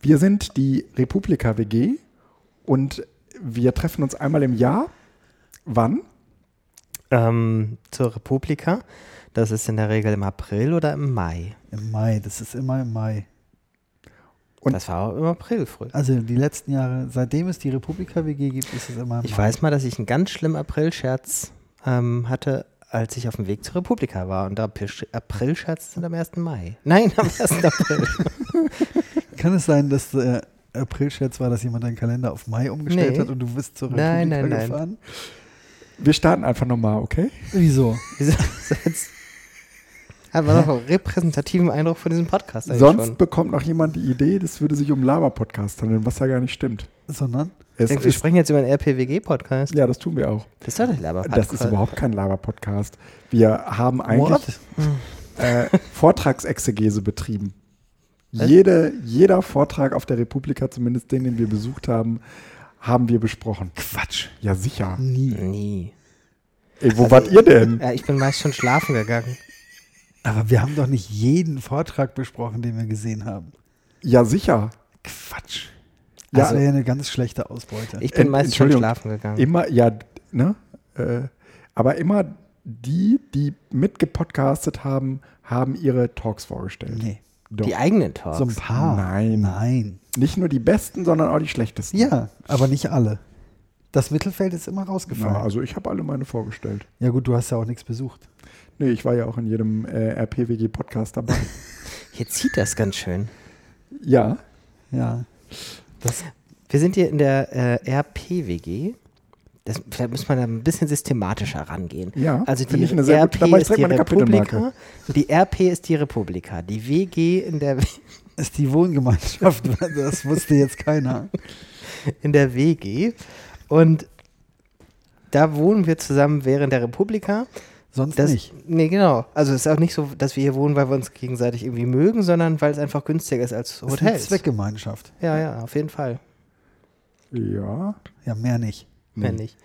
Wir sind die Republika WG und wir treffen uns einmal im Jahr. Wann? Ähm, zur Republika. Das ist in der Regel im April oder im Mai. Im Mai, das ist immer im Mai. Und- das war auch im April früh. Also die letzten Jahre, seitdem es die Republika WG gibt, ist es immer im Ich Mai. weiß mal, dass ich einen ganz schlimmen April-Scherz ähm, hatte, als ich auf dem Weg zur Republika war. Und da Pisch- April-Scherz sind am 1. Mai. Nein, am 1. April. Kann es sein, dass äh, April-Scherz war, dass jemand deinen Kalender auf Mai umgestellt Nee. hat und du bist zur Republika Nein, nein, nein. gefahren? Wir starten einfach nochmal, okay? Wieso? Wieso- so jetzt Haben wir noch einen repräsentativen Eindruck von diesem Podcast eigentlich Sonst schon. bekommt noch jemand die Idee, das würde sich um Laber-Podcast handeln, was ja gar nicht stimmt. Sondern? Es Wir sprechen jetzt über einen RPWG-Podcast. ja, das tun wir auch. Das ist doch der Laber-Podcast. Das ist überhaupt kein Laber-Podcast. Wir haben eigentlich What? äh, Vortragsexegese betrieben. Jede, jeder Vortrag auf der Republika, zumindest den, den wir besucht haben, haben wir besprochen. Quatsch. Ja, sicher. Nie. Nie. Ey, wo wart ihr denn? Ja, Also ich bin meist schon schlafen gegangen. Aber wir haben doch nicht jeden Vortrag besprochen, den wir gesehen haben. Ja, sicher. Quatsch. Ja, Das wäre ja eine ganz schlechte Ausbeute. Also Ich bin Ent- meist schon Äh, Entschuldigung. schlafen gegangen. Immer, ja, ne? Äh, aber immer die, die mitgepodcastet haben, haben ihre Talks vorgestellt. nee. Doch. Die eigenen Talks. So ein paar. Nein. Nein. Nicht nur die besten, sondern auch die schlechtesten. Ja, aber nicht alle. Das Mittelfeld ist immer rausgefallen. Na, also ich habe alle meine vorgestellt. ja gut, du hast ja auch nichts besucht. Nee, ich war ja auch in jedem äh, RPWG-Podcast dabei. Hier zieht das ganz schön. ja. Ja. Wir sind hier in der äh, RPWG. Das, vielleicht muss man da ein bisschen systematischer rangehen. Ja, also die finde ich eine sehr RP gute- da mach ich ist direkt die meine Republika. Kapitelmarke. Die RP ist die Republika. Die WG in der, Ist die Wohngemeinschaft, das wusste jetzt keiner. in der WG. Und da wohnen wir zusammen während der Republika. Sonst Das, nicht. Nee, genau. Also es ist auch nicht so, dass wir hier wohnen, weil wir uns gegenseitig irgendwie mögen, sondern weil es einfach günstiger ist als Das ist eine Hotels. Zweckgemeinschaft. ja, ja, auf jeden Fall. Ja. Ja, mehr nicht. Hm. Wenn nicht.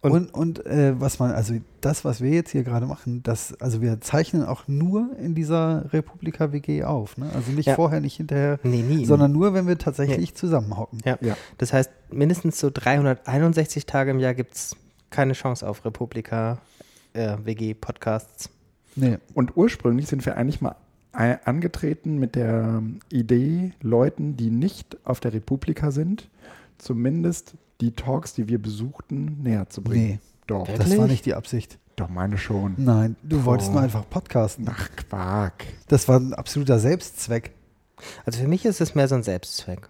Und, Und- und, äh, was man, also das, was wir jetzt hier gerade machen, das, also wir zeichnen auch nur in dieser Republika WG auf. Ne? Also nicht Ja. vorher, nicht hinterher, Nee, nie. sondern nur, wenn wir tatsächlich zusammenhocken. Ja. Ja. Das heißt, mindestens so 361 Tage im Jahr gibt es keine Chance auf Republika, äh, WG-Podcasts. Nee. Und ursprünglich sind wir eigentlich mal ei- angetreten mit der ähm, Idee, Leuten, die nicht auf der Republika sind, zumindest die Talks, die wir besuchten, näher zu bringen. Nee. Hm. Doch, Das war Wirklich? nicht die Absicht. doch meine schon. Nein, du wolltest Oh. nur einfach podcasten. Ach, Quark. Das war ein absoluter Selbstzweck. Also für mich ist es mehr so ein Selbstzweck.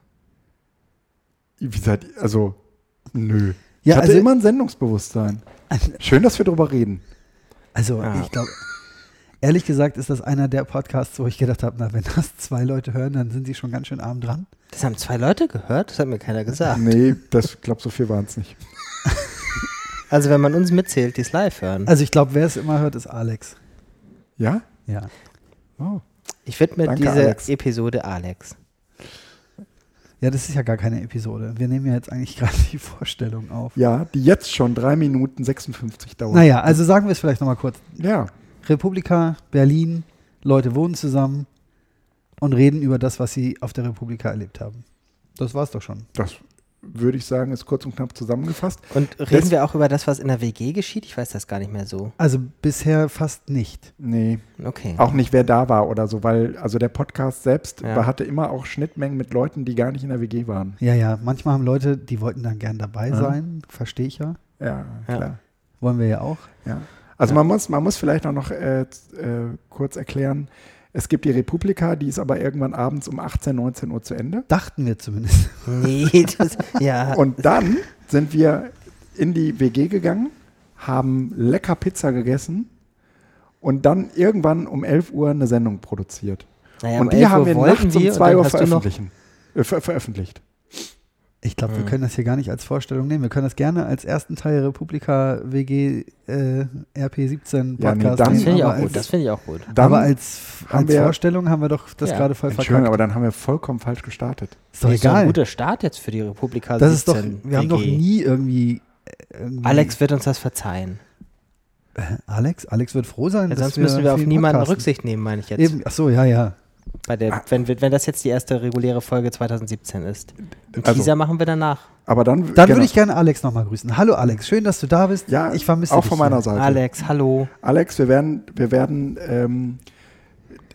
Wie seid ihr, also, nö. Ja, ich hatte also- immer ein Sendungsbewusstsein. Schön, dass wir drüber reden. Also Ja. ich glaube, ehrlich gesagt ist das einer der Podcasts, wo ich gedacht habe, na, wenn das zwei Leute hören, dann sind sie schon ganz schön arm dran. Das haben zwei Leute gehört, das hat mir keiner gesagt. Nee, das glaube so viel waren es nicht. Also wenn man uns mitzählt, die es live hören. Also ich glaube, wer es immer hört, ist Alex. Ja? Ja. Oh. Ich widme Danke, diese Alex. Episode Alex. Ja, das ist ja gar keine Episode. Wir nehmen ja jetzt eigentlich gerade die Vorstellung auf. Ja, die jetzt schon 3 Minuten 56 dauert. Naja, also sagen wir es vielleicht nochmal kurz. Ja. Republika, Berlin, Leute wohnen zusammen und reden über das, was sie auf der Republika erlebt haben. Das war's doch schon. Das würde ich sagen, ist kurz und knapp zusammengefasst. Und reden Das- wir auch über das, was in der WG geschieht? Ich weiß das gar nicht mehr so. Also bisher fast nicht. Nee, Okay. auch nicht, wer da war oder so, weil also der Podcast selbst Ja. hatte immer auch Schnittmengen mit Leuten, die gar nicht in der WG waren. Ja, ja, manchmal haben Leute, die wollten dann gern dabei Mhm. sein, verstehe ich ja. Ja, Ja. klar. Wollen wir ja auch. Ja. Also Man, muss, man muss vielleicht auch noch äh, z- äh, kurz erklären, es gibt die Republika, die ist aber irgendwann abends um 18, 19 Uhr zu Ende. Dachten wir zumindest. Nee, das, ja. Und dann sind wir in die WG gegangen, haben lecker Pizza gegessen und dann irgendwann um 11 Uhr eine Sendung produziert. naja, um und 11 die haben Uhr wir wollten nachts wir um und 2 dann Uhr hast du noch- veröffentlichen. Äh, ver veröffentlicht. Ich glaube, wir können das hier gar nicht als Vorstellung nehmen. Wir können das gerne als ersten Teil Republika WG äh, RP17 Podcast Ja, also nee, dann- Das nehmen. finde ich aber auch gut. Das Als, finde ich auch gut. Dann- aber als, haben als wir- Vorstellung haben wir doch das Ja. gerade voll Entschuldigung, verkackt. aber dann haben wir vollkommen falsch gestartet. Ist doch Das ist doch ein egal. guter Start jetzt für die Republika. Das ist doch, 17 wir haben doch WG. nie irgendwie, äh, irgendwie. Alex wird uns das verzeihen. Alex? Alex wird froh sein. Ja, dass sonst müssen wir für auf ihn niemanden podcasten. Rücksicht nehmen, meine ich jetzt. Eben, ach so, ja, ja. Bei der, wenn, wir- wenn das jetzt die erste reguläre Folge 2017 ist. Einen Also- Teaser machen wir danach. Aber dann, Dann genau. würde ich gerne Alex nochmal grüßen. Hallo Alex, schön, dass du da bist. ja, ich vermisse auch dich. von meiner hier. Seite. Alex, hallo. Alex, wir werden, wir werden ähm,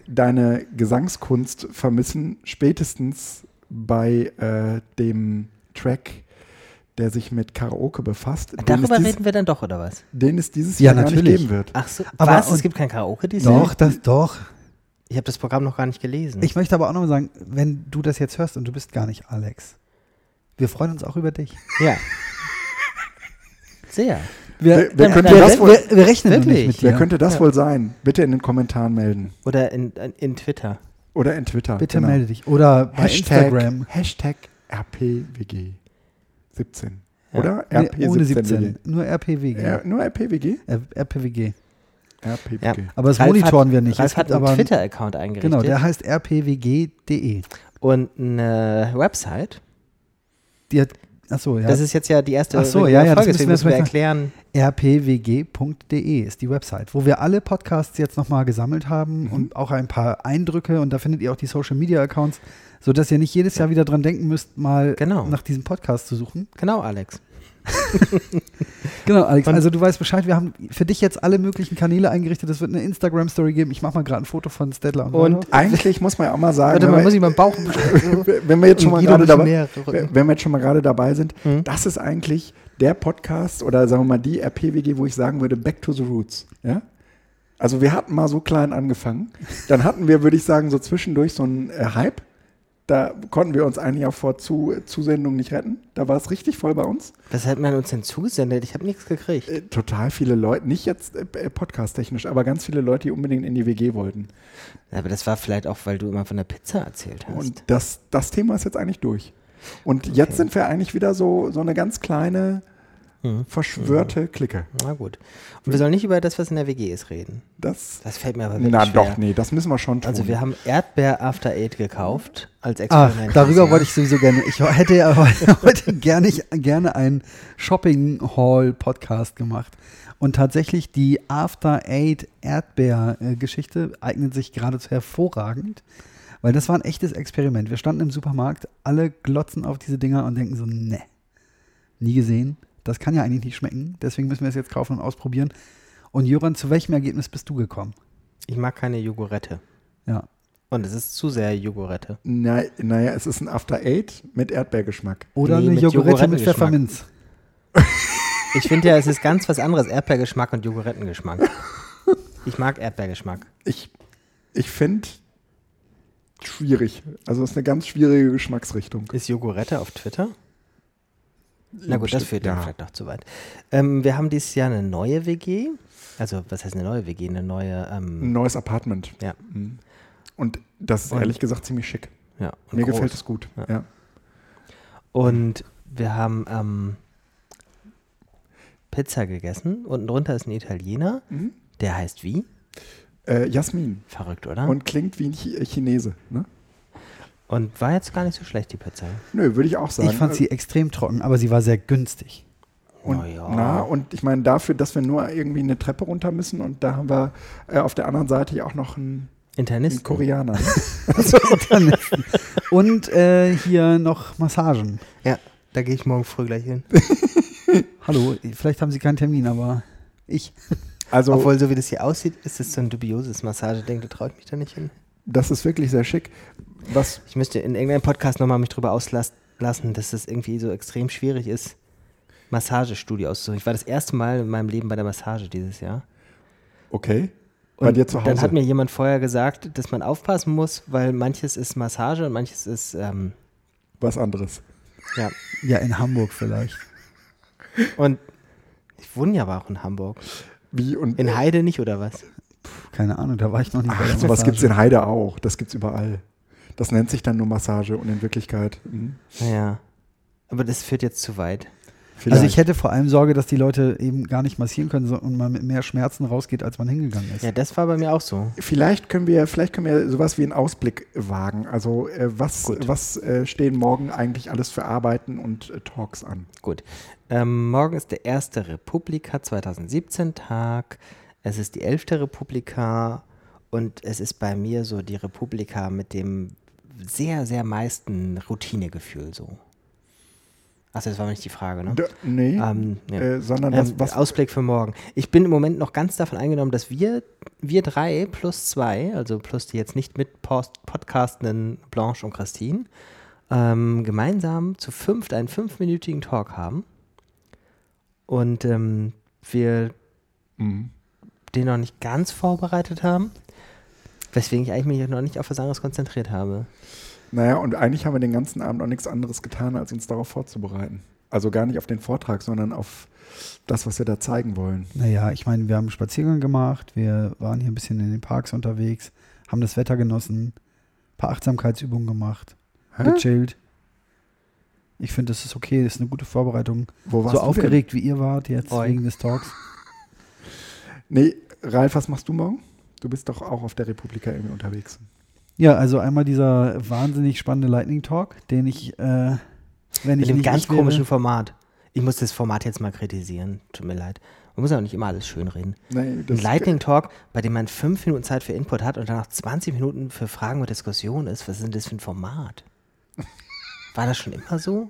deine Gesangskunst vermissen, spätestens bei äh, dem Track, der sich mit Karaoke befasst, den es, Darüber dies, reden wir dann doch, oder was? den es dieses Ja, Jahr gar nicht natürlich. Ah, geben wird. Ach so, Aber- was? und- Es gibt kein Karaoke dieses Doch, Jahr? das, doch. Ich habe das Programm noch gar nicht Hm. gelesen. Ich möchte aber auch nochmal sagen, wenn du das jetzt hörst und du bist gar nicht Alex, wir freuen uns auch über dich. ja. Sehr. Wer- wer wir, könnte wir, das wohl- wir, wir rechnen noch Wirklich? nicht mit dir. Wer könnte das wohl sein? Bitte in den Kommentaren melden. Oder in, in, in Twitter. Oder in Twitter. Bitte genau. melde dich. Oder bei Hashtag, Instagram. Hashtag RPWG 17. Ja. Oder Nee, RP ohne 17. 17. Nur RPWG. R nur RPWG? Äh, RPWG. RPWG. Aber das Ralf monitoren hat, wir nicht. Ralf Es hat gibt einen aber Twitter-Account eingerichtet Genau, der heißt rpwg.de. und eine Website. Die hat, achso, ja. Das ist jetzt ja die erste Ach so, reguläre ja, ja, das Folge, müssen deswegen wir müssen wir erst mal- erklären. rpwg.de ist die Website, wo wir alle Podcasts jetzt nochmal gesammelt haben Mhm. und auch ein paar Eindrücke und da findet ihr auch die Social Media Accounts, sodass ihr nicht jedes Jahr wieder dran denken müsst, mal Genau. nach diesem Podcast zu suchen. Genau, Alex. Genau, Alex, Und- also du weißt Bescheid, wir haben für dich jetzt alle möglichen Kanäle eingerichtet. Es wird eine Instagram-Story geben. Ich mache mal gerade ein Foto von Stedler und, Und- Rollo. Eigentlich muss man ja auch mal sagen, Warte wenn mal, man- muss ich meinen Bauch wenn wir jetzt schon mal Guido gerade bisschen dabei, mehr rücken. wenn wir jetzt schon mal gerade dabei sind, Mhm. das ist eigentlich der Podcast oder sagen wir mal die RPWG, wo ich sagen würde, back to the roots. Ja? Also wir hatten mal so klein angefangen, dann hatten wir, würde ich sagen, so zwischendurch so einen äh, Hype. Da konnten wir uns ein Jahr vor Zu Zusendung nicht retten. Da war es richtig voll bei uns. Was hat man uns denn zugesendet? Ich habe nichts gekriegt. Äh, total viele Leute, nicht jetzt äh, äh, podcast-technisch, aber ganz viele Leute, die unbedingt in die WG wollten. Aber das war vielleicht auch, weil du immer von der Pizza erzählt hast. Und das, das Thema ist jetzt eigentlich durch. Und jetzt sind wir eigentlich wieder so, so eine ganz kleine, Mhm. verschwörte Clique. Na gut. Und wir sollen nicht über das, was in der WG ist, reden. Das, Das fällt mir aber wirklich na schwer. doch, nee, das müssen wir schon tun. Also wir haben Erdbeer After Eight gekauft als Ach, Experiment. darüber wollte ich sowieso gerne. Ich hätte ja heute heute gerne, ich- gerne einen Shopping Hall Podcast gemacht. Und tatsächlich die After Eight Erdbeer äh, Geschichte eignet sich geradezu hervorragend, weil das war ein echtes Experiment. Wir standen im Supermarkt, alle glotzen auf diese Dinger und denken so, ne, nie gesehen. Das kann ja eigentlich nicht schmecken. Deswegen müssen wir es jetzt kaufen und ausprobieren. Und Jöran, zu welchem Ergebnis bist du gekommen? Ich mag keine Jogurette. Ja. Und es ist zu sehr Jogurette. Na, naja, es ist ein After Eight mit Erdbeergeschmack. Oder Nee, eine mit Jogurette mit Jogurettengeschmack. Pfefferminz. Ich finde ja, es ist ganz was anderes. Erdbeergeschmack und Jogurettengeschmack. Ich mag Erdbeergeschmack. Ich, ich finde schwierig. Also es ist eine ganz schwierige Geschmacksrichtung. Ist Jogurette auf Twitter? Na gut, das führt dann ja. vielleicht noch zu weit. Ähm, wir haben dieses Jahr eine neue WG. Also, was heißt eine neue WG? Eine neue. Ähm, Ein neues Apartment. Ja. Mhm. Und das ist Und- ehrlich gesagt ziemlich schick. ja, und Mir groß. gefällt es gut. Ja. Ja. Und wir haben ähm, Pizza gegessen. Unten drunter ist ein Italiener. Mhm. Der heißt wie? Äh, Jasmin. Verrückt, oder? Und, Und klingt wie ein Chi- Chinese. Ne? war jetzt gar nicht so schlecht, die Pizza. Nö, würde ich auch sagen. Ich fand sie extrem trocken, aber sie war sehr günstig. Und, Na oh ja. Na, und ich meine, dafür, dass wir nur irgendwie eine Treppe runter müssen und da haben wir äh, auf der anderen Seite ja auch noch einen, einen Internist. Koreaner. ne? Internisten. Und äh, hier noch Massagen. Ja, da gehe ich morgen früh gleich hin. Hallo, vielleicht haben Sie keinen Termin, aber ich. Also, Obwohl, so wie das hier aussieht, ist es so ein dubioses Massageding. Da traue ich mich da nicht hin. das ist wirklich sehr schick. Was, Ich müsste in irgendeinem Podcast nochmal mich drüber auslassen, dass es irgendwie so extrem schwierig ist, Massagestudio auszusuchen. Ich war das erste Mal in meinem Leben bei der Massage dieses Jahr. okay, bei dir zu Hause. Dann hat mir jemand vorher gesagt, dass man aufpassen muss, weil manches ist Massage und manches ist, ähm, was anderes. ja. Ja, in Hamburg vielleicht. Und ich wohne ja aber auch in Hamburg. Wie und In Heide nicht, oder was? Puh, keine Ahnung, da war ich noch nicht. ach, sowas gibt es in Heide auch. Das gibt es überall. Das nennt sich dann nur Massage und in Wirklichkeit. mhm, Naja. Aber das führt jetzt zu weit. Also vielleicht. ich hätte vor allem Sorge, dass die Leute eben gar nicht massieren können so- und man mit mehr Schmerzen rausgeht, als man hingegangen ist. Ja, das war bei mir auch so. Vielleicht können wir, vielleicht können wir sowas wie einen Ausblick wagen. Also äh, was, was äh, stehen morgen eigentlich alles für Arbeiten und äh, Talks an? Gut. Ähm, morgen ist der erste Republika 2017 Tag. Es ist die elfte Republika Und es ist bei mir so die Republika mit dem sehr, sehr meisten Routinegefühl so. Achso, das war nicht die Frage, ne? D nee, Ähm, ja. äh, sondern Ähm, was, was Ausblick für morgen. Ich bin im Moment noch ganz davon eingenommen, dass wir, wir drei plus zwei, also plus die jetzt nicht mit Post podcastenden Blanche und Christine, ähm, gemeinsam zu fünft einen fünfminütigen Talk haben. Und ähm, wir Mhm. den noch nicht ganz vorbereitet haben. Weswegen ich eigentlich mich noch nicht auf was anderes konzentriert habe. Naja, und eigentlich haben wir den ganzen Abend auch nichts anderes getan, als uns darauf vorzubereiten. Also gar nicht auf den Vortrag, sondern auf das, was wir da zeigen wollen. Naja, ich meine, wir haben einen Spaziergang gemacht, wir waren hier ein bisschen in den Parks unterwegs, haben das Wetter genossen, ein paar Achtsamkeitsübungen gemacht, gechillt. Ich finde, das ist okay, das ist eine gute Vorbereitung. Wo warst so du aufgeregt wie ihr wart jetzt Oi. wegen des Talks. Denn? Nee, Ralf, was machst du morgen? Du bist doch auch auf der Republika irgendwie unterwegs. Ja, also einmal dieser wahnsinnig spannende Lightning Talk, den ich, äh, wenn Mit ich dem nicht ganz ich wäre- komischen Format. Ich muss das Format jetzt mal kritisieren. Tut mir leid. Man muss ja auch nicht immer alles schön reden. Nee, Ein Lightning Talk, bei dem man fünf Minuten Zeit für Input hat und danach 20 Minuten für Fragen und Diskussionen ist. Was ist denn das für ein Format? War das schon immer so?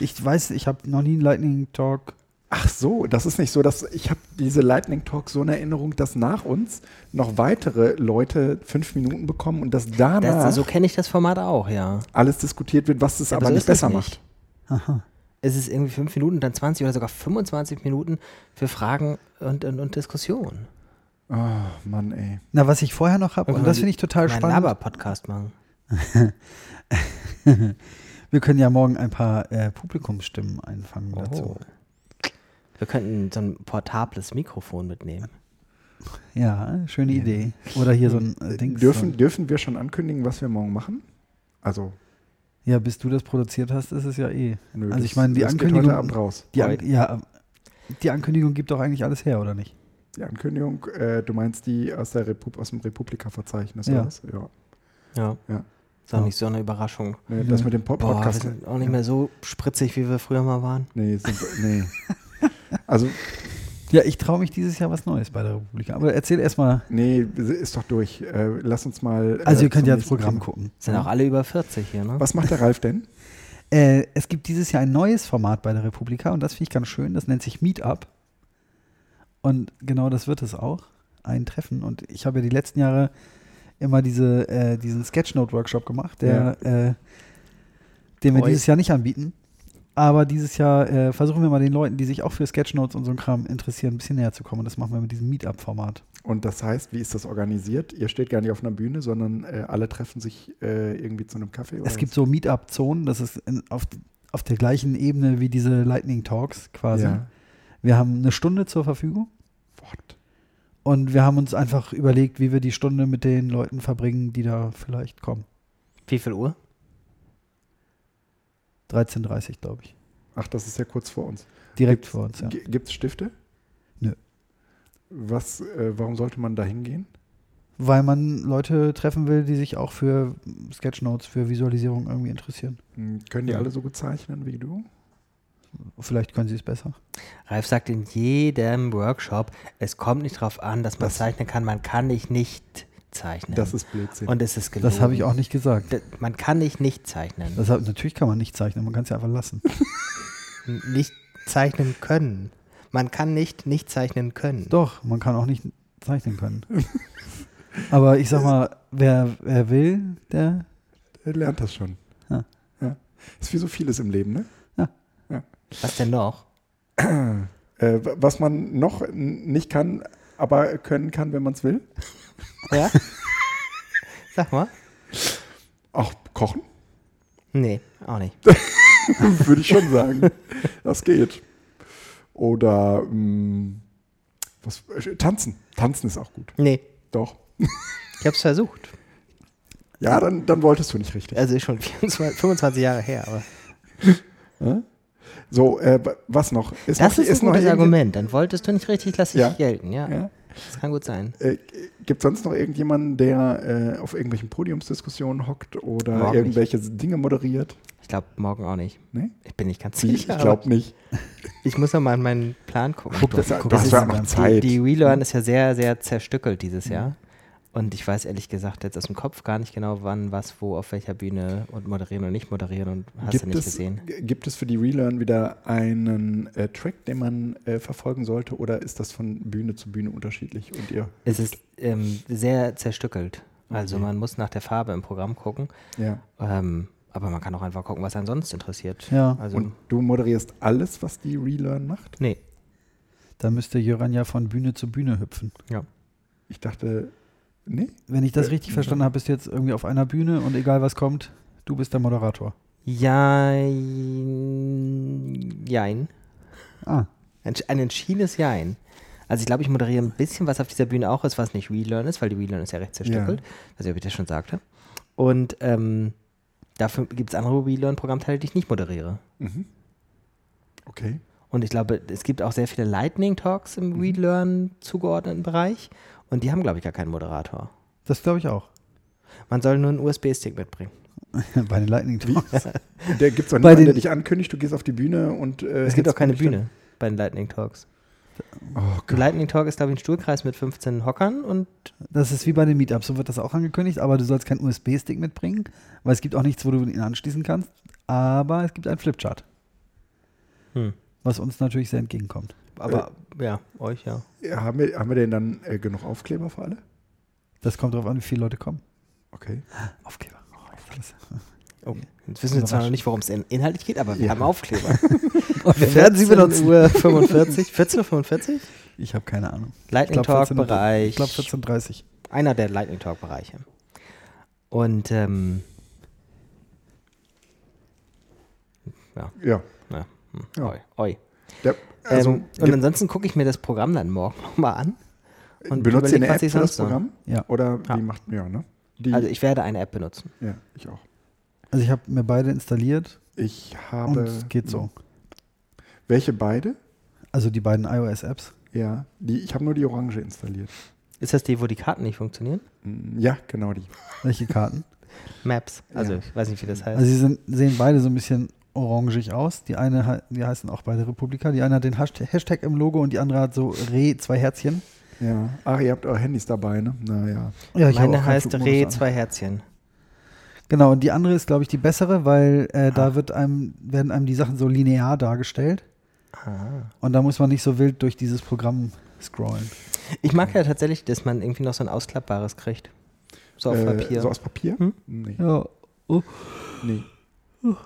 Ich weiß, ich habe noch nie einen Lightning Talk. Ach so, das ist nicht so, dass ich habe diese Lightning Talk so in Erinnerung, dass nach uns noch weitere Leute fünf Minuten bekommen und dass danach Das, so kenne ich das Format auch, ja. alles diskutiert wird, was es Ja, aber so nicht ist das besser nicht. macht. Aha. Es ist irgendwie fünf Minuten, dann 20 oder sogar 25 Minuten für Fragen und, und, und Diskussionen. Oh Mann, ey. Na, was ich vorher noch habe, und das finde ich total Mein spannend. Laber-Podcast machen. Wir können ja morgen ein paar äh, Publikumsstimmen einfangen dazu. Wir könnten so ein portables Mikrofon mitnehmen. Ja, schöne Idee. Oder hier so ein äh, Ding. Dürfen, dürfen wir schon ankündigen, was wir morgen machen? Also, Ja, bis du das produziert hast, ist es ja eh. nö, Also das- ich meine, die das geht Ankündigung- heute Abend raus. Die An ja, ähm, die Ankündigung gibt doch eigentlich alles her, oder nicht? Die Ankündigung, äh, du meinst die aus, der Repub aus dem Republika-Verzeichnis, Ja. oder was? Ja. Ja. Ja. Ist auch Ja. nicht so eine Überraschung. Nee, das mit dem Pod Boah, wir Podcast. sind auch nicht mehr so spritzig, wie wir früher mal waren. Nee, sind, nee. Also, Ja, ich traue mich dieses Jahr was Neues bei der Republik. Aber erzähl erstmal. nee, ist doch durch. Äh, lass uns mal. Also, äh, ihr könnt zum ja ins nächsten Programm Thema. gucken. Sind auch alle über 40 hier, ne? Was macht der Ralf denn? Äh, es gibt dieses Jahr ein neues Format bei der Republika und das finde ich ganz schön. Das nennt sich Meetup. Und genau das wird es auch. Ein Treffen. Und ich habe ja die letzten Jahre immer diese, äh, diesen Sketchnote-Workshop gemacht, der, äh, den wir Oi. dieses Jahr nicht anbieten. Aber dieses Jahr äh, versuchen wir mal den Leuten, die sich auch für Sketchnotes und so ein Kram interessieren, ein bisschen näher zu kommen. Und das machen wir mit diesem Meetup-Format. Und das heißt, wie ist das organisiert? Ihr steht gar nicht auf einer Bühne, sondern äh, alle treffen sich äh, irgendwie zu einem Kaffee. Es gibt so Meetup-Zonen, das ist in, auf, auf der gleichen Ebene wie diese Lightning Talks quasi. Ja. Wir haben eine Stunde zur Verfügung. Und wir haben uns einfach überlegt, wie wir die Stunde mit den Leuten verbringen, die da vielleicht kommen. Wie viel Uhr? 13.30 glaube ich. Ach, das ist ja kurz vor uns. Direkt Gibt's- vor uns, ja. Gibt es Stifte? Nö. Was, äh, warum sollte man da hingehen? Weil man Leute treffen will, die sich auch für Sketchnotes, für Visualisierung irgendwie interessieren. Hm, Können die alle so gut zeichnen wie du? Vielleicht können sie es besser. Ralf sagt in jedem Workshop, es kommt nicht drauf an, dass man Das- zeichnen kann. Man kann nicht nicht zeichnen. Das ist Blödsinn. Und es ist gelogen. Das habe ich auch nicht gesagt. D- Man kann nicht nicht zeichnen. Das hab, natürlich kann man nicht zeichnen, man kann es ja einfach lassen. Nicht zeichnen können. Man kann nicht nicht zeichnen können. Doch, man kann auch nicht zeichnen können. Aber ich sag mal, wer, wer will, der. Er lernt das schon. Ja. Ja. Ist wie so vieles im Leben, ne? Was denn noch? Äh, wa- was man noch n- nicht kann, aber können kann, wenn man es will. Ja? Sag mal. Auch kochen, Nee, auch nicht. würde ich schon sagen. Das geht. Oder mh, was, äh, tanzen. Tanzen ist auch gut. Nee, Doch. ich habe es versucht. Ja, dann, dann wolltest du nicht richtig. Also ist schon 24, 25 Jahre her. Aber So, äh, wa- was noch? Ist das noch, ist ein noch gutes irgendwie- Argument. Dann wolltest du nicht richtig, lass ich Ja. gelten. Ja, Ja. das kann gut sein. Äh, Gibt es sonst noch irgendjemanden, der äh, auf irgendwelchen Podiumsdiskussionen hockt oder Morgen irgendwelche Dinge moderiert? Ich glaube, morgen auch nicht. Nee? Ich bin nicht ganz Wie? sicher. Ich aber glaube nicht. ich muss noch mal in meinen Plan gucken. Guck, das- Da guck, da das hast ist du ja in noch deinem- Zeit. Die Relearn ist ja sehr, sehr zerstückelt dieses Jahr. Und ich weiß ehrlich gesagt jetzt aus dem Kopf gar nicht genau, wann, was, wo, auf welcher Bühne und moderieren und nicht moderieren und hast du nicht es, gesehen. g- Gibt es für die Relearn wieder einen äh, Track, den man äh, verfolgen sollte oder ist das von Bühne zu Bühne unterschiedlich? Und ihr? Es ist ähm, sehr zerstückelt. Also Okay. man muss nach der Farbe im Programm gucken. Ja. Ähm, aber man kann auch einfach gucken, was einen sonst interessiert. Ja. Also, Und du moderierst alles, was die Relearn macht? nee. Da müsste Jöran ja von Bühne zu Bühne hüpfen. Ja. Ich dachte, nee. Wenn ich das richtig verstanden habe, bist du jetzt irgendwie auf einer Bühne und egal was kommt, du bist der Moderator. Jein. Jein. Ah, Ein, ein entschiedenes Jein. Also ich glaube, ich moderiere ein bisschen, was auf dieser Bühne auch ist, was nicht Relearn ist, weil die Relearn ist ja recht zerstückelt. Also wie ich das schon sagte. Und ähm, dafür gibt es andere Relearn-Programmteile, die ich nicht moderiere. Mhm. Okay. Und ich glaube, es gibt auch sehr viele Lightning Talks im Relearn zugeordneten Bereich. Und die haben, glaube ich, gar keinen Moderator. das glaube ich auch. Man soll nur einen USB-Stick mitbringen. Bei den Lightning Talks. Der gibt es auch Bei niemanden, der den- dich ankündigt, du gehst auf die Bühne und. Äh, Es gibt auch hältst keine dich dann- Bühne bei den Lightning Talks. Oh Ein Gott. Lightning Talk ist, glaube ich, ein Stuhlkreis mit 15 Hockern und Das ist wie bei den Meetups, so wird das auch angekündigt, aber du sollst keinen USB-Stick mitbringen, weil es gibt auch nichts, wo du ihn anschließen kannst. Aber es gibt einen Flipchart, Hm. was uns natürlich sehr entgegenkommt. aber ja, euch ja. Ja, haben, wir, haben wir denn dann äh, genug Aufkleber für alle? Das kommt darauf an, wie viele Leute kommen. Okay. Aufkleber. Oh. Jetzt wissen wir zwar noch nicht, worum es in inhaltlich geht, aber wir Ja. haben Aufkleber. Und wir werden sie benutzen. Uhr 45, 14.45 Uhr? Ich habe keine Ahnung. Lightning glaub, 14 Uhr. Talk-Bereich. Ich glaube 14.30 einer der Lightning Talk-Bereiche. Und ähm, Ja. na, hm, Ja. oi, oi. Der, also, Ähm, und ansonsten gucke ich mir das Programm dann morgen nochmal an. und benutzt ihr eine überleg, was App ich für das sonst noch- Programm? Ja. Oder Ja. wie macht ja, ne? Die, Also ich werde eine App benutzen. ja, ich auch. Also ich habe mir beide installiert Ich und habe. hm, es geht so. Welche beide? Also die beiden iOS-Apps. Ja. Die, ich habe nur die Orange installiert. Ist das die, wo die Karten nicht funktionieren? Hm. Mm, Ja, genau die. Welche Karten? Maps. Also Ja. ich weiß nicht, wie das heißt. Also sie sind, sehen beide so ein bisschen orangig aus. Die eine, hat- die heißen auch beide Republika. Die eine hat den Hasht- Hashtag im Logo und die andere hat so Re zwei Herzchen. Ja. Ach, ihr habt eure Handys dabei, ne? Naja. Ja, hab auch Meine keinen heißt Flugmodus Re an. zwei Herzchen. Genau, und die andere ist, glaube ich, die bessere, weil äh, da wird einem, werden einem die Sachen so linear dargestellt. Und da muss man nicht so wild durch dieses Programm scrollen. Ich mag ja tatsächlich, dass man irgendwie noch so ein ausklappbares kriegt. So auf Äh, Papier. So aus Papier? Hm? Nee. Ja. Nee.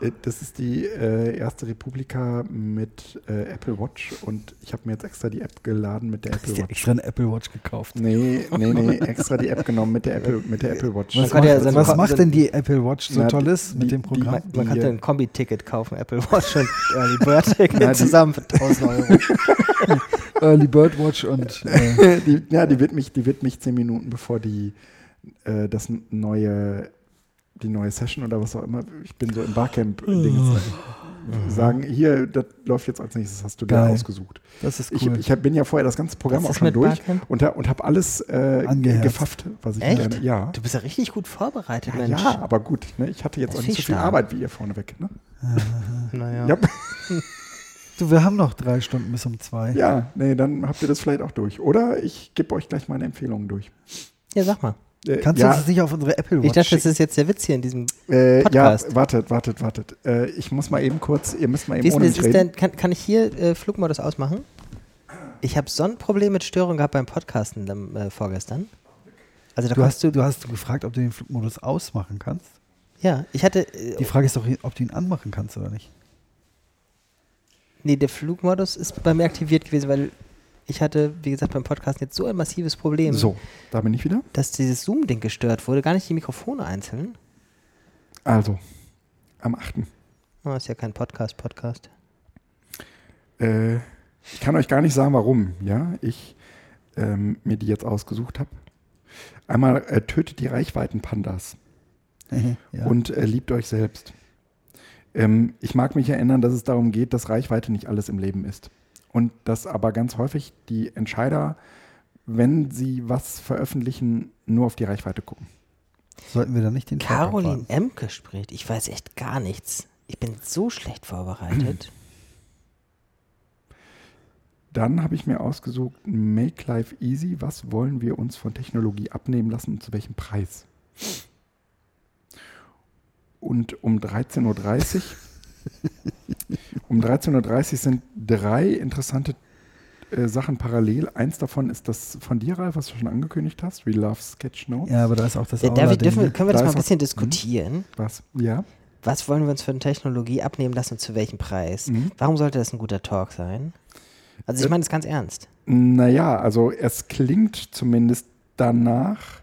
Äh, Das ist die äh, erste Republika mit äh, Apple Watch und ich habe mir jetzt extra die App geladen mit der Apple Hast du Watch. extra eine Apple Watch gekauft? Nee, nee, nee, extra die App genommen mit der Apple, mit der Apple Watch. Was Was, kann macht, der seine Ko- was macht seine- denn die Apple Watch so Na, tolles die- mit dem die- Programm? die- man hier. könnte ein Kombi-Ticket kaufen, Apple Watch und Early Bird Ticket Na, die- zusammen für 1000 Euro. Early Bird Watch und äh, die, ja, die wird mich, die wird mich zehn Minuten bevor die äh, das neue, die neue Session oder was auch immer. Ich bin so im Ah. Barcamp-Ding. Sagen, hier, das läuft jetzt als nächstes, hast du da Geil. ausgesucht. das ist Ich, cool. ich hab- bin ja vorher das ganze Programm Was auch ist schon mit durch Barcamp? und, da- und habe alles äh, Angeherzt. gefafft, was ich Echt? gerne. Ja. Du bist ja richtig gut vorbereitet, Ja, Mensch. ja, aber gut, ne? ich hatte jetzt Das auch nicht so ist viel stark. Arbeit wie ihr vorneweg. Ne? Naja. Ja. du, wir haben noch drei Stunden bis um zwei. Ja, nee, dann habt ihr das vielleicht auch durch. Oder ich gebe euch gleich meine Empfehlungen durch. ja, sag mal. Äh, Kannst ja, du uns das nicht auf unsere Apple Watch Ich dachte, das schicken? ist jetzt der Witz hier in diesem. äh, ja, Podcast? wartet, wartet, wartet. Äh, ich muss mal eben kurz, ihr müsst mal eben Wissen, ohne ist mich reden. denn, kann, kann ich hier äh, Flugmodus ausmachen? Ich habe so ein Problem mit Störung gehabt beim Podcasten ähm, äh, vorgestern. Also da Du konntest hast, du hast gefragt, ob du den Flugmodus ausmachen kannst. Ja, ich hatte. Die Äh, Frage ist doch, ob du ihn anmachen kannst oder nicht. nee, der Flugmodus ist bei mir aktiviert gewesen, weil ich hatte, wie gesagt, beim Podcasten jetzt so ein massives Problem, So, da bin ich wieder. dass dieses Zoom-Ding gestört wurde. Gar nicht die Mikrofone einzeln. Also, am 8. Oh, ist ja kein Podcast-Podcast. Äh, ich kann euch gar nicht sagen, warum, ja, ich ähm, mir die jetzt ausgesucht habe. Einmal äh, tötet die Reichweitenpandas. ja. und äh, liebt euch selbst. Ähm, ich mag mich erinnern, dass es darum geht, dass Reichweite nicht alles im Leben ist. Und dass aber ganz häufig die Entscheider, wenn sie was veröffentlichen, nur auf die Reichweite gucken. Sollten wir dann nicht den Talk Caroline abwarten? Emke spricht. Ich weiß echt gar Hm. nichts. Ich bin so schlecht vorbereitet. Dann habe ich mir ausgesucht, Make Life Easy. Was wollen wir uns von Technologie abnehmen lassen und zu welchem Preis? Und um 13.30 Uhr, um 13.30 Uhr sind drei interessante äh, Sachen parallel. Eins davon ist das von dir, Ralf, was du schon angekündigt hast. We love Sketchnotes. Ja, aber da ist auch das Ja, Äh, David, Aula-Ding, dürfen, wir- ne? können wir Da das mal ist ein auch- bisschen Mhm. diskutieren? Was? Ja. Was wollen wir uns von Technologie abnehmen lassen und zu welchem Preis? Warum sollte das ein guter Talk sein? Also ich Hm. Äh, meine das ganz ernst. Naja, also es klingt zumindest danach,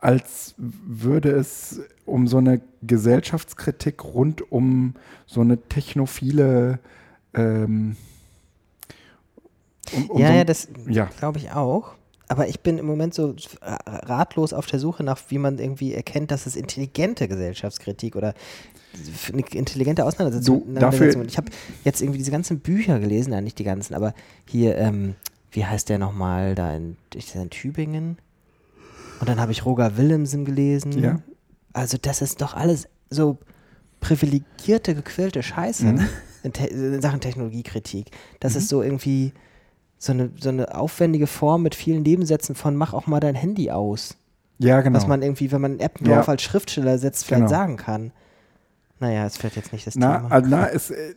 als würde es um so eine Gesellschaftskritik rund um so eine technophile. Ähm, um- um ja, so ein- ja, das ja. glaube ich auch. Aber ich bin im Moment so ra- ratlos auf der Suche nach, wie man irgendwie erkennt, dass es intelligente Gesellschaftskritik oder f- eine intelligente Auseinandersetzung Du, Auseinandersetzung- dafür- Ich habe jetzt irgendwie diese ganzen Bücher gelesen, nein, nicht die ganzen, aber hier, ähm, wie heißt der nochmal, da in, ist der in Tübingen? Und dann habe ich Roger Willemsen gelesen. Ja. Also das ist doch alles so privilegierte, gequälte Scheiße Mhm. ne? in, Te in Sachen Technologiekritik. Das ist so irgendwie so eine, so eine aufwendige Form mit vielen Nebensätzen von mach auch mal dein Handy aus. ja, genau. Was man irgendwie, wenn man Eppendorf Ja. als Schriftsteller setzt, vielleicht Genau. sagen kann. Naja, es fällt jetzt nicht das na, Thema. also, na es, äh,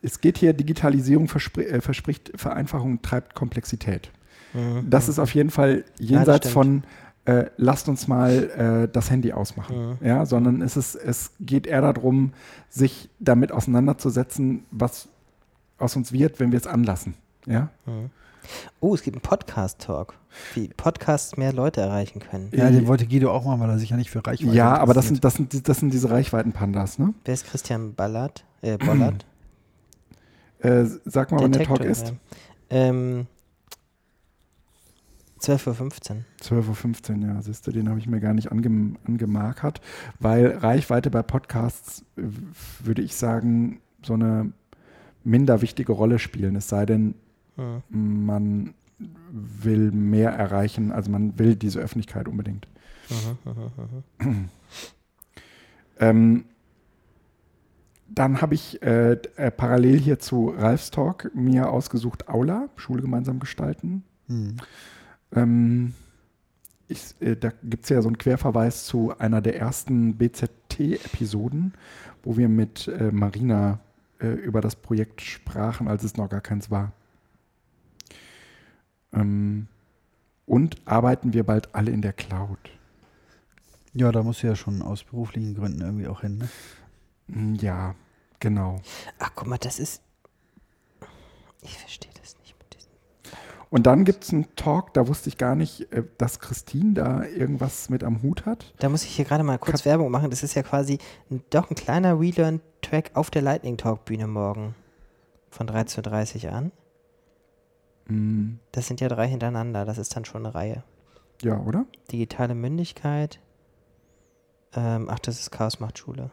es geht hier, Digitalisierung verspr äh, verspricht Vereinfachung, treibt Komplexität. Mhm. Das ist auf jeden Fall jenseits stimmt. Mhm. von äh, lasst uns mal äh, das Handy ausmachen. Ja, sondern es ist, es geht eher darum, sich damit auseinanderzusetzen, was aus uns wird, wenn wir es anlassen. Ja, Oh, es gibt einen Podcast-Talk, wie Podcasts mehr Leute erreichen können. Ja, den wollte Guido auch machen, weil er sich ja nicht für Reichweite ja aber das sind, interessiert. das, sind, die- das sind diese Reichweitenpandas, ne? Wer ist Christian Ballard? Äh, Bollard? Äh, sag mal, wann der Talk Tech-Talk, ist. ja. Ähm, 12.15 Uhr. 12.15 Uhr, ja, siehst du, den habe ich mir gar nicht angem angemarkert, weil Reichweite bei Podcasts, äh, würde ich sagen, so eine minder wichtige Rolle spielen. Es sei denn, Hm. man will mehr erreichen, also man will diese Öffentlichkeit unbedingt. Ähm, dann habe ich äh, d- äh, parallel hier zu Ralfs Talk mir ausgesucht Aula, Schule gemeinsam gestalten. Hm. Ähm, ich, äh, da gibt es ja so einen Querverweis zu einer der ersten BZT-Episoden, wo wir mit äh, Marina äh, über das Projekt sprachen, als es noch gar keins war. Ähm, und arbeiten wir bald alle in der Cloud? Ja, da musst du ja schon aus beruflichen Gründen irgendwie auch hin. Ne? Hm, Ja, genau. Ach, guck mal, das ist. Ich verstehe das nicht mit diesen. Und dann gibt es einen Talk, da wusste ich gar nicht, äh, dass Christine da irgendwas mit am Hut hat. Da muss ich hier gerade mal kurz Werbung machen. Das ist ja quasi ein, doch ein kleiner Relearn-Track auf der Lightning Talk-Bühne morgen. Von 13.30 Uhr an. Hm, Das sind ja drei hintereinander. Das ist dann schon eine Reihe. ja, oder? Digitale Mündigkeit. Ähm, ach, das ist Chaos macht Schule.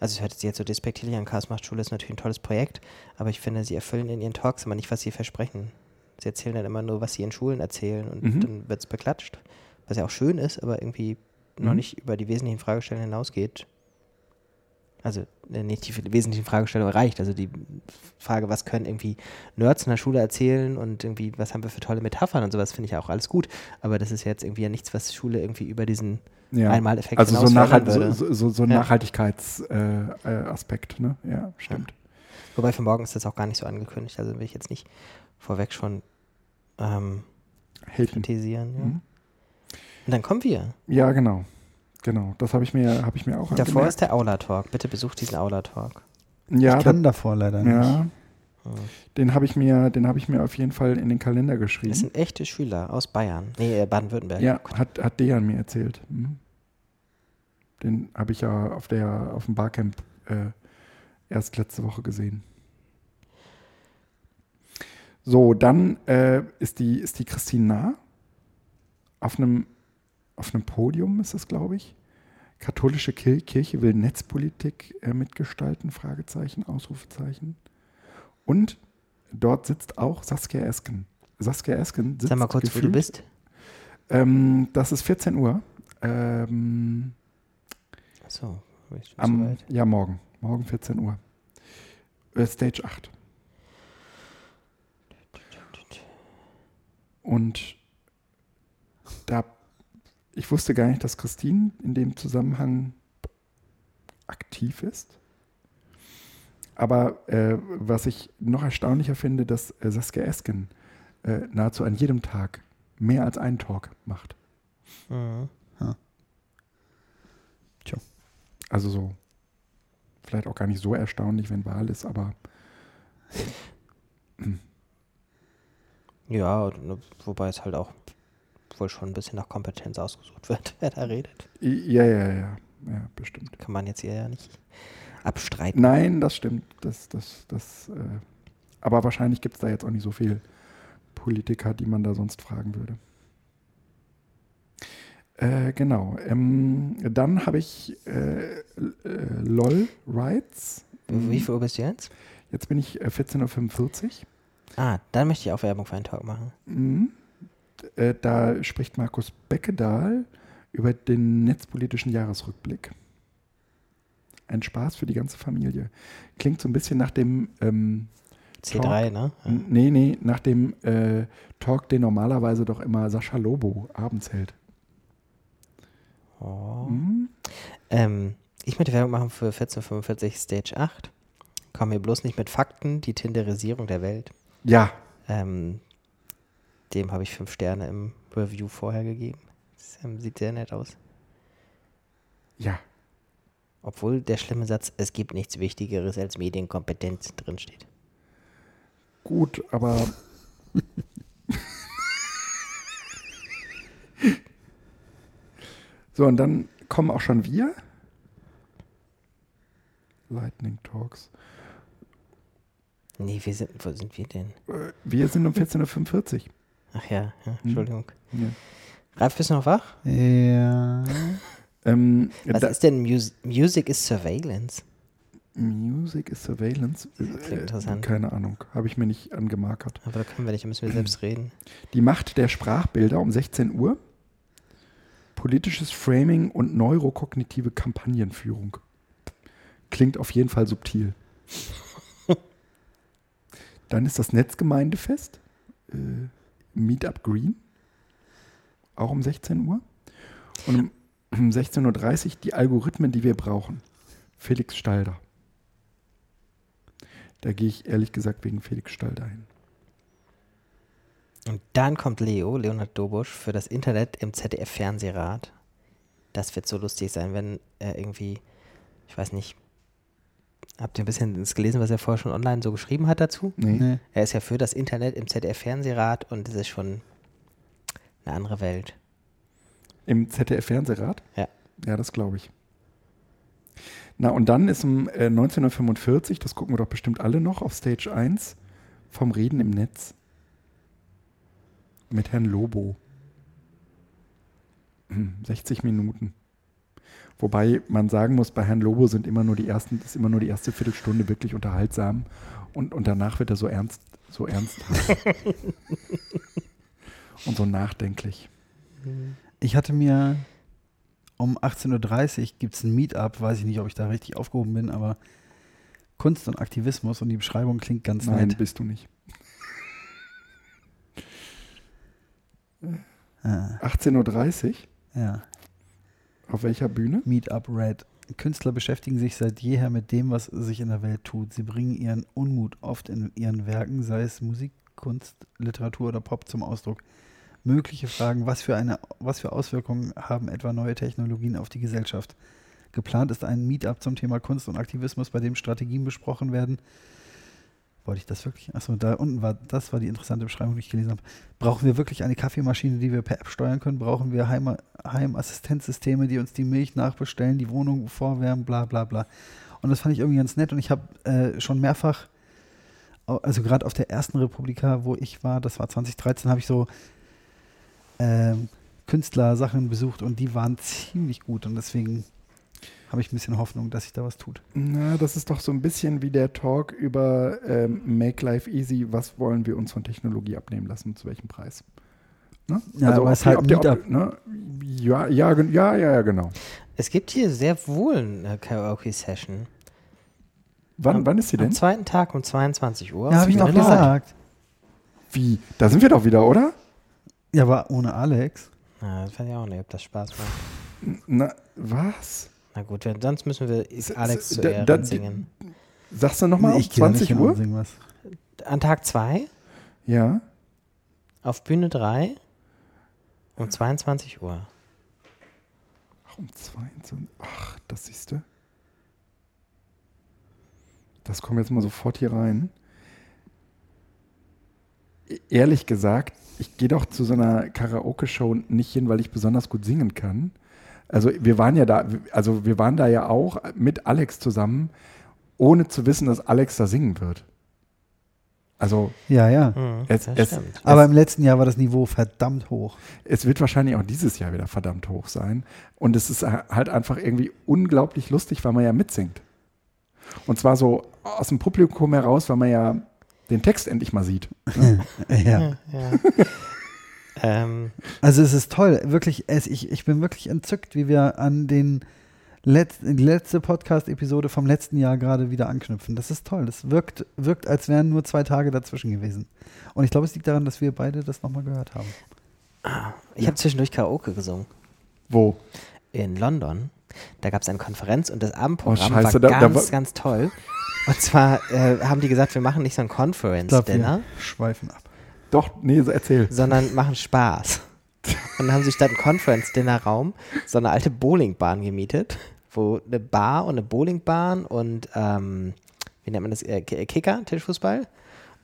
Also es hört sich jetzt so despektierlich an. Chaos macht Schule ist natürlich ein tolles Projekt, aber ich finde, sie erfüllen in ihren Talks immer nicht, was sie versprechen. Sie erzählen dann immer nur, was sie in Schulen erzählen und Mhm. dann wird es beklatscht, was ja auch schön ist, aber irgendwie noch Mhm. nicht über die wesentlichen Fragestellungen hinausgeht. Also äh, nicht die wesentlichen Fragestellungen erreicht. Also die Frage, was können irgendwie Nerds in der Schule erzählen und irgendwie, was haben wir für tolle Metaphern und sowas, finde ich ja auch alles gut. Aber das ist ja jetzt irgendwie ja nichts, was Schule irgendwie über diesen Ja. Einmaleffekt Also so, hinaus fördern nachhalt, so, würde. so, so, so ein Ja. Nachhaltigkeitsaspekt, äh, Aspekt, ne? Ja, stimmt. Wobei für morgen ist das auch gar nicht so angekündigt, also will ich jetzt nicht vorweg schon ähm, Haten. kritisieren. Ja. Mhm. Und dann kommen wir. Ja, genau. Genau. Das habe ich mir, habe ich mir auch Davor angemerkt. ist der Aula-Talk. Bitte besucht diesen Aula-Talk. Ja, ich kann davor leider da, nicht. ja. Mhm. Den habe ich mir, den habe ich mir auf jeden Fall in den Kalender Das geschrieben. sind echte Schüler aus Bayern. Nee, äh, Baden-Württemberg. Ja, hat, hat Dejan mir erzählt. Mhm. Den habe ich ja auf der, auf dem Barcamp äh, erst letzte Woche gesehen. So, dann äh, ist die, ist die Christine nah auf einem, auf einem Podium, ist das, glaube ich. Katholische Kir Kirche will Netzpolitik äh, mitgestalten, Fragezeichen, Ausrufezeichen. Und dort sitzt auch Saskia Esken. Saskia Esken sitzt Sag mal kurz, wo du gefühlt- bist. ähm, das ist 14 Uhr. Ähm, Ach So, bin ich schon zu am, weit. ja, morgen. Morgen 14 Uhr. Äh, Stage 8. Und da, ich wusste gar nicht, dass Christine in dem Zusammenhang aktiv ist. Aber äh, was ich noch erstaunlicher finde, dass äh, Saskia Esken äh, nahezu an jedem Tag mehr als einen Talk macht. Mhm. Also so, vielleicht auch gar nicht so erstaunlich, wenn Wahl ist, aber Ja, ne, wobei es halt auch wohl schon ein bisschen nach Kompetenz ausgesucht wird, wer da redet. i- ja, ja, ja, ja, bestimmt. Kann man jetzt hier ja nicht abstreiten. Nein, das stimmt. Das, das, das, äh, aber wahrscheinlich gibt es da jetzt auch nicht so viel Politiker, die man da sonst fragen würde. Äh, genau. Ähm, dann habe ich äh, l- äh, LOL Rights. Wie viel Uhr bist du jetzt? Jetzt bin ich äh, 14.45 Uhr. Ah, dann möchte ich auch Werbung für einen Talk machen. Mhm. Äh, Da spricht Markus Beckedahl über den netzpolitischen Jahresrückblick. Ein Spaß für die ganze Familie. Klingt so ein bisschen nach dem, ähm, C3, ne? n- nee, nee, nach dem äh, Talk, den normalerweise doch immer Sascha Lobo abends hält. Ja. Oh. Mhm. Ähm, ich möchte Werbung machen für 1445 Stage 8. Komm mir bloß nicht mit Fakten, die Tinderisierung der Welt. Ja, Ähm, dem habe ich fünf Sterne im Review vorher gegeben. Das, ähm, sieht sehr nett aus. ja. Obwohl der schlimme Satz, es gibt nichts Wichtigeres als Medienkompetenz drinsteht. Gut, aber so und dann kommen auch schon wir. Lightning Talks. Nee, wir sind, wo sind wir denn? Äh, Wir sind um 14.45 Uhr. Ach ja, ja Mhm. Entschuldigung. Ja. Ralf, bist du noch wach? Ja. Ähm, Was da, ist denn Mus Music is Surveillance? Music is Surveillance. Klingt Äh, interessant. Keine Ahnung, habe ich mir nicht angemarkert. Aber da können wir nicht, da müssen wir selbst reden. Die Macht der Sprachbilder um 16 Uhr. Politisches Framing und neurokognitive Kampagnenführung. Klingt auf jeden Fall subtil. Dann ist das Netzgemeindefest. Äh, Meetup Green. Auch um 16 Uhr. Und um, um 16.30 Uhr die Algorithmen, die wir brauchen. Felix Stalder. Da gehe ich ehrlich gesagt wegen Felix Stalder hin. Und dann kommt Leo, Leonhard Dobusch, für das Internet im ZDF-Fernsehrat. Das wird so lustig sein, wenn er irgendwie, ich weiß nicht, habt ihr ein bisschen das gelesen, was er vorher schon online so geschrieben hat dazu? Nee. Nee. Er ist ja für das Internet im ZDF-Fernsehrat und es ist schon eine andere Welt. Im ZDF-Fernsehrat? Ja. Ja, das glaube ich. Na, und dann ist um äh, 1945, das gucken wir doch bestimmt alle noch, auf Stage 1 vom Reden im Netz mit Herrn Lobo. Hm, 60 Minuten. Wobei man sagen muss, bei Herrn Lobo sind immer nur die ersten, ist immer nur die erste Viertelstunde wirklich unterhaltsam und, und danach wird er so ernst, so ernst und so nachdenklich. Mhm. Ich hatte mir um 18.30 Uhr gibt es ein Meetup, weiß ich nicht, ob ich da richtig aufgehoben bin, aber Kunst und Aktivismus und die Beschreibung klingt ganz Nein, nett. bist du nicht. Ah, 18.30 Uhr. ja. Auf welcher Bühne? Meetup Red. Künstler beschäftigen sich seit jeher mit dem, was sich in der Welt tut. Sie bringen ihren Unmut oft in ihren Werken, sei es Musik, Kunst, Literatur oder Pop, zum Ausdruck. Mögliche Fragen, was für, eine, was für Auswirkungen haben etwa neue Technologien auf die Gesellschaft? Geplant ist ein Meetup zum Thema Kunst und Aktivismus, bei dem Strategien besprochen werden. Wollte ich das wirklich? Achso, da unten war, das war die interessante Beschreibung, die ich gelesen habe. Brauchen wir wirklich eine Kaffeemaschine, die wir per App steuern können? Brauchen wir Heim Heimassistenzsysteme, die uns die Milch nachbestellen, die Wohnung vorwärmen, bla bla bla. Und das fand ich irgendwie ganz nett und ich habe äh, schon mehrfach, au- also gerade auf der ersten Republika, wo ich war, das war 2013, habe ich so ähm, Künstlersachen besucht und die waren ziemlich gut und deswegen habe ich ein bisschen Hoffnung, dass sich da was tut. Na, das ist doch so ein bisschen wie der Talk über ähm, Make Life Easy. Was wollen wir uns von Technologie abnehmen lassen? Zu welchem Preis? Ne? Ja, aber ob es ist halt ob der- ob- Meetup. ne? ja, ja, gen- ja, ja, ja, genau. Es gibt hier sehr wohl eine Karaoke-Session. Wann, Am- wann ist sie Am denn? zweiten Tag um 22 Uhr. Ja, habe ich Dritter doch gesagt. Wie? Da sind wir doch wieder, oder? Ja, aber ohne Alex. Ja, das fand ich auch nicht, ob das Spaß macht. Na, was? Na gut, wenn- sonst müssen wir ist S- Alex s- zu da- Ehren da- die- singen. Sagst du nochmal um ich gehe da nicht 20 hin Uhr? und sing was. An Tag 2 Ja. auf Bühne 3 um 22 Uhr. Ach, um 22. Ach, das siehst du. Das kommt jetzt mal sofort hier rein. E- Ehrlich gesagt, ich gehe doch zu so einer Karaoke-Show nicht hin, weil ich besonders gut singen kann. Also wir waren ja da, also wir waren da ja auch mit Alex zusammen, ohne zu wissen, dass Alex da singen wird. Also Ja, ja. Hm, Es- das es- stimmt. Aber im letzten Jahr war das Niveau verdammt hoch. es wird wahrscheinlich auch dieses Jahr wieder verdammt hoch sein. Und es ist halt einfach irgendwie unglaublich lustig, weil man ja mitsingt. Und zwar so aus dem Publikum heraus, weil man ja den Text endlich mal sieht. Ja. Ja. ja. ähm, Mhm. Also es ist toll, wirklich, es, ich, ich bin wirklich entzückt, wie wir an den Letz, die letzte Podcast-Episode vom letzten Jahr gerade wieder anknüpfen. Das ist toll. Das wirkt, wirkt, als wären nur zwei Tage dazwischen gewesen. Und ich glaube, es liegt daran, dass wir beide das nochmal gehört haben. ich habe zwischendurch Karaoke gesungen. Wo? in London. Da gab es eine Konferenz und das Abendprogramm Oh, scheiße, war da- da ganz, war- ganz toll. Und zwar äh, haben die gesagt, wir machen nicht so ein Ich glaub, Conference-Dinner, wir schweifen ab. Doch, nee, so erzähl. sondern machen Spaß. Und dann haben sie statt einem Conference-Dinner-Raum so eine alte Bowlingbahn gemietet, wo eine Bar und eine Bowlingbahn und, ähm, wie nennt man das, äh, Ki- Kicker, Tischfußball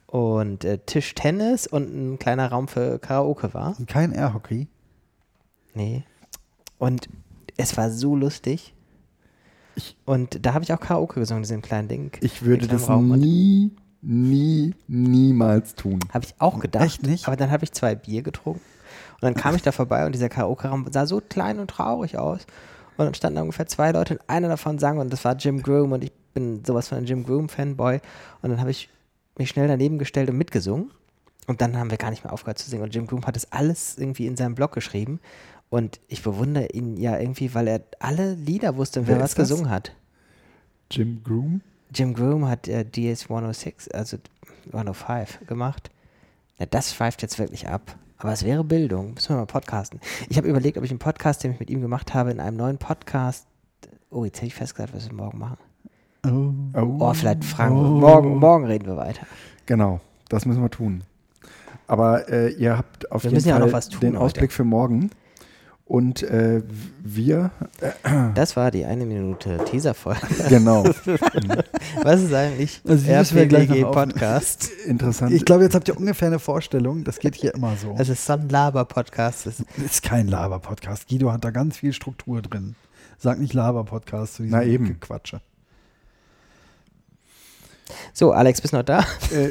und äh, Tischtennis und ein kleiner Raum für Karaoke war. Und kein Airhockey. Nee. Und es war so lustig. und da habe ich auch Karaoke gesungen, diesen kleinen Ding. Ich würde den kleinen das Raum. Und nie, nie, niemals tun. Habe ich auch gedacht. Echt nicht? Aber dann habe ich zwei Bier getrunken. Und dann kam ich da vorbei und dieser Karaoke-Raum sah so klein und traurig aus. Und dann standen da ungefähr zwei Leute und einer davon sang und das war Jim Groom und ich bin sowas von ein Jim Groom-Fanboy. Und dann habe ich mich schnell daneben gestellt und mitgesungen. Und dann haben wir gar nicht mehr aufgehört zu singen. Und Jim Groom hat das alles irgendwie in seinem Blog geschrieben. Und ich bewundere ihn ja irgendwie, weil er alle Lieder wusste und wer, Wer was ist das? gesungen hat. Jim Groom? Jim Groom hat äh, DS 106, also 105 gemacht. Ja, das schweift jetzt wirklich ab. Aber es wäre Bildung. Müssen wir mal podcasten. Ich habe überlegt, ob ich einen Podcast, den ich mit ihm gemacht habe, in einem neuen Podcast. Oh, jetzt hätte ich festgehalten, was wir morgen machen. Oh. Oh, vielleicht fragen wir. Oh. Morgen, morgen reden wir weiter. Genau, das müssen wir tun. Aber äh, ihr habt auf Wir jeden müssen Fall ja noch was tun den heute. Ausblick für morgen. Und äh, wir, Ah. Das war die eine Minute Teaserfolge. genau, Was ist eigentlich Also die müssen wir gleich noch RPWG aufnehmen. Podcast? interessant. Ich glaube, jetzt habt ihr ungefähr eine Vorstellung. Das geht hier immer so. Also Das ist so ein Laber-Podcast. Das- Das ist kein Laber-Podcast. Guido hat da ganz viel Struktur drin. Sag nicht Laber-Podcast zu diesem Na eben. Gequatsche. So, Alex, bist du noch da? Äh,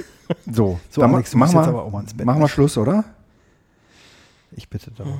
so, So, dann Alex, du ma- musst mach jetzt mal- aber auch mal ins Bett. Machen wir Schluss, oder? Ich bitte darum.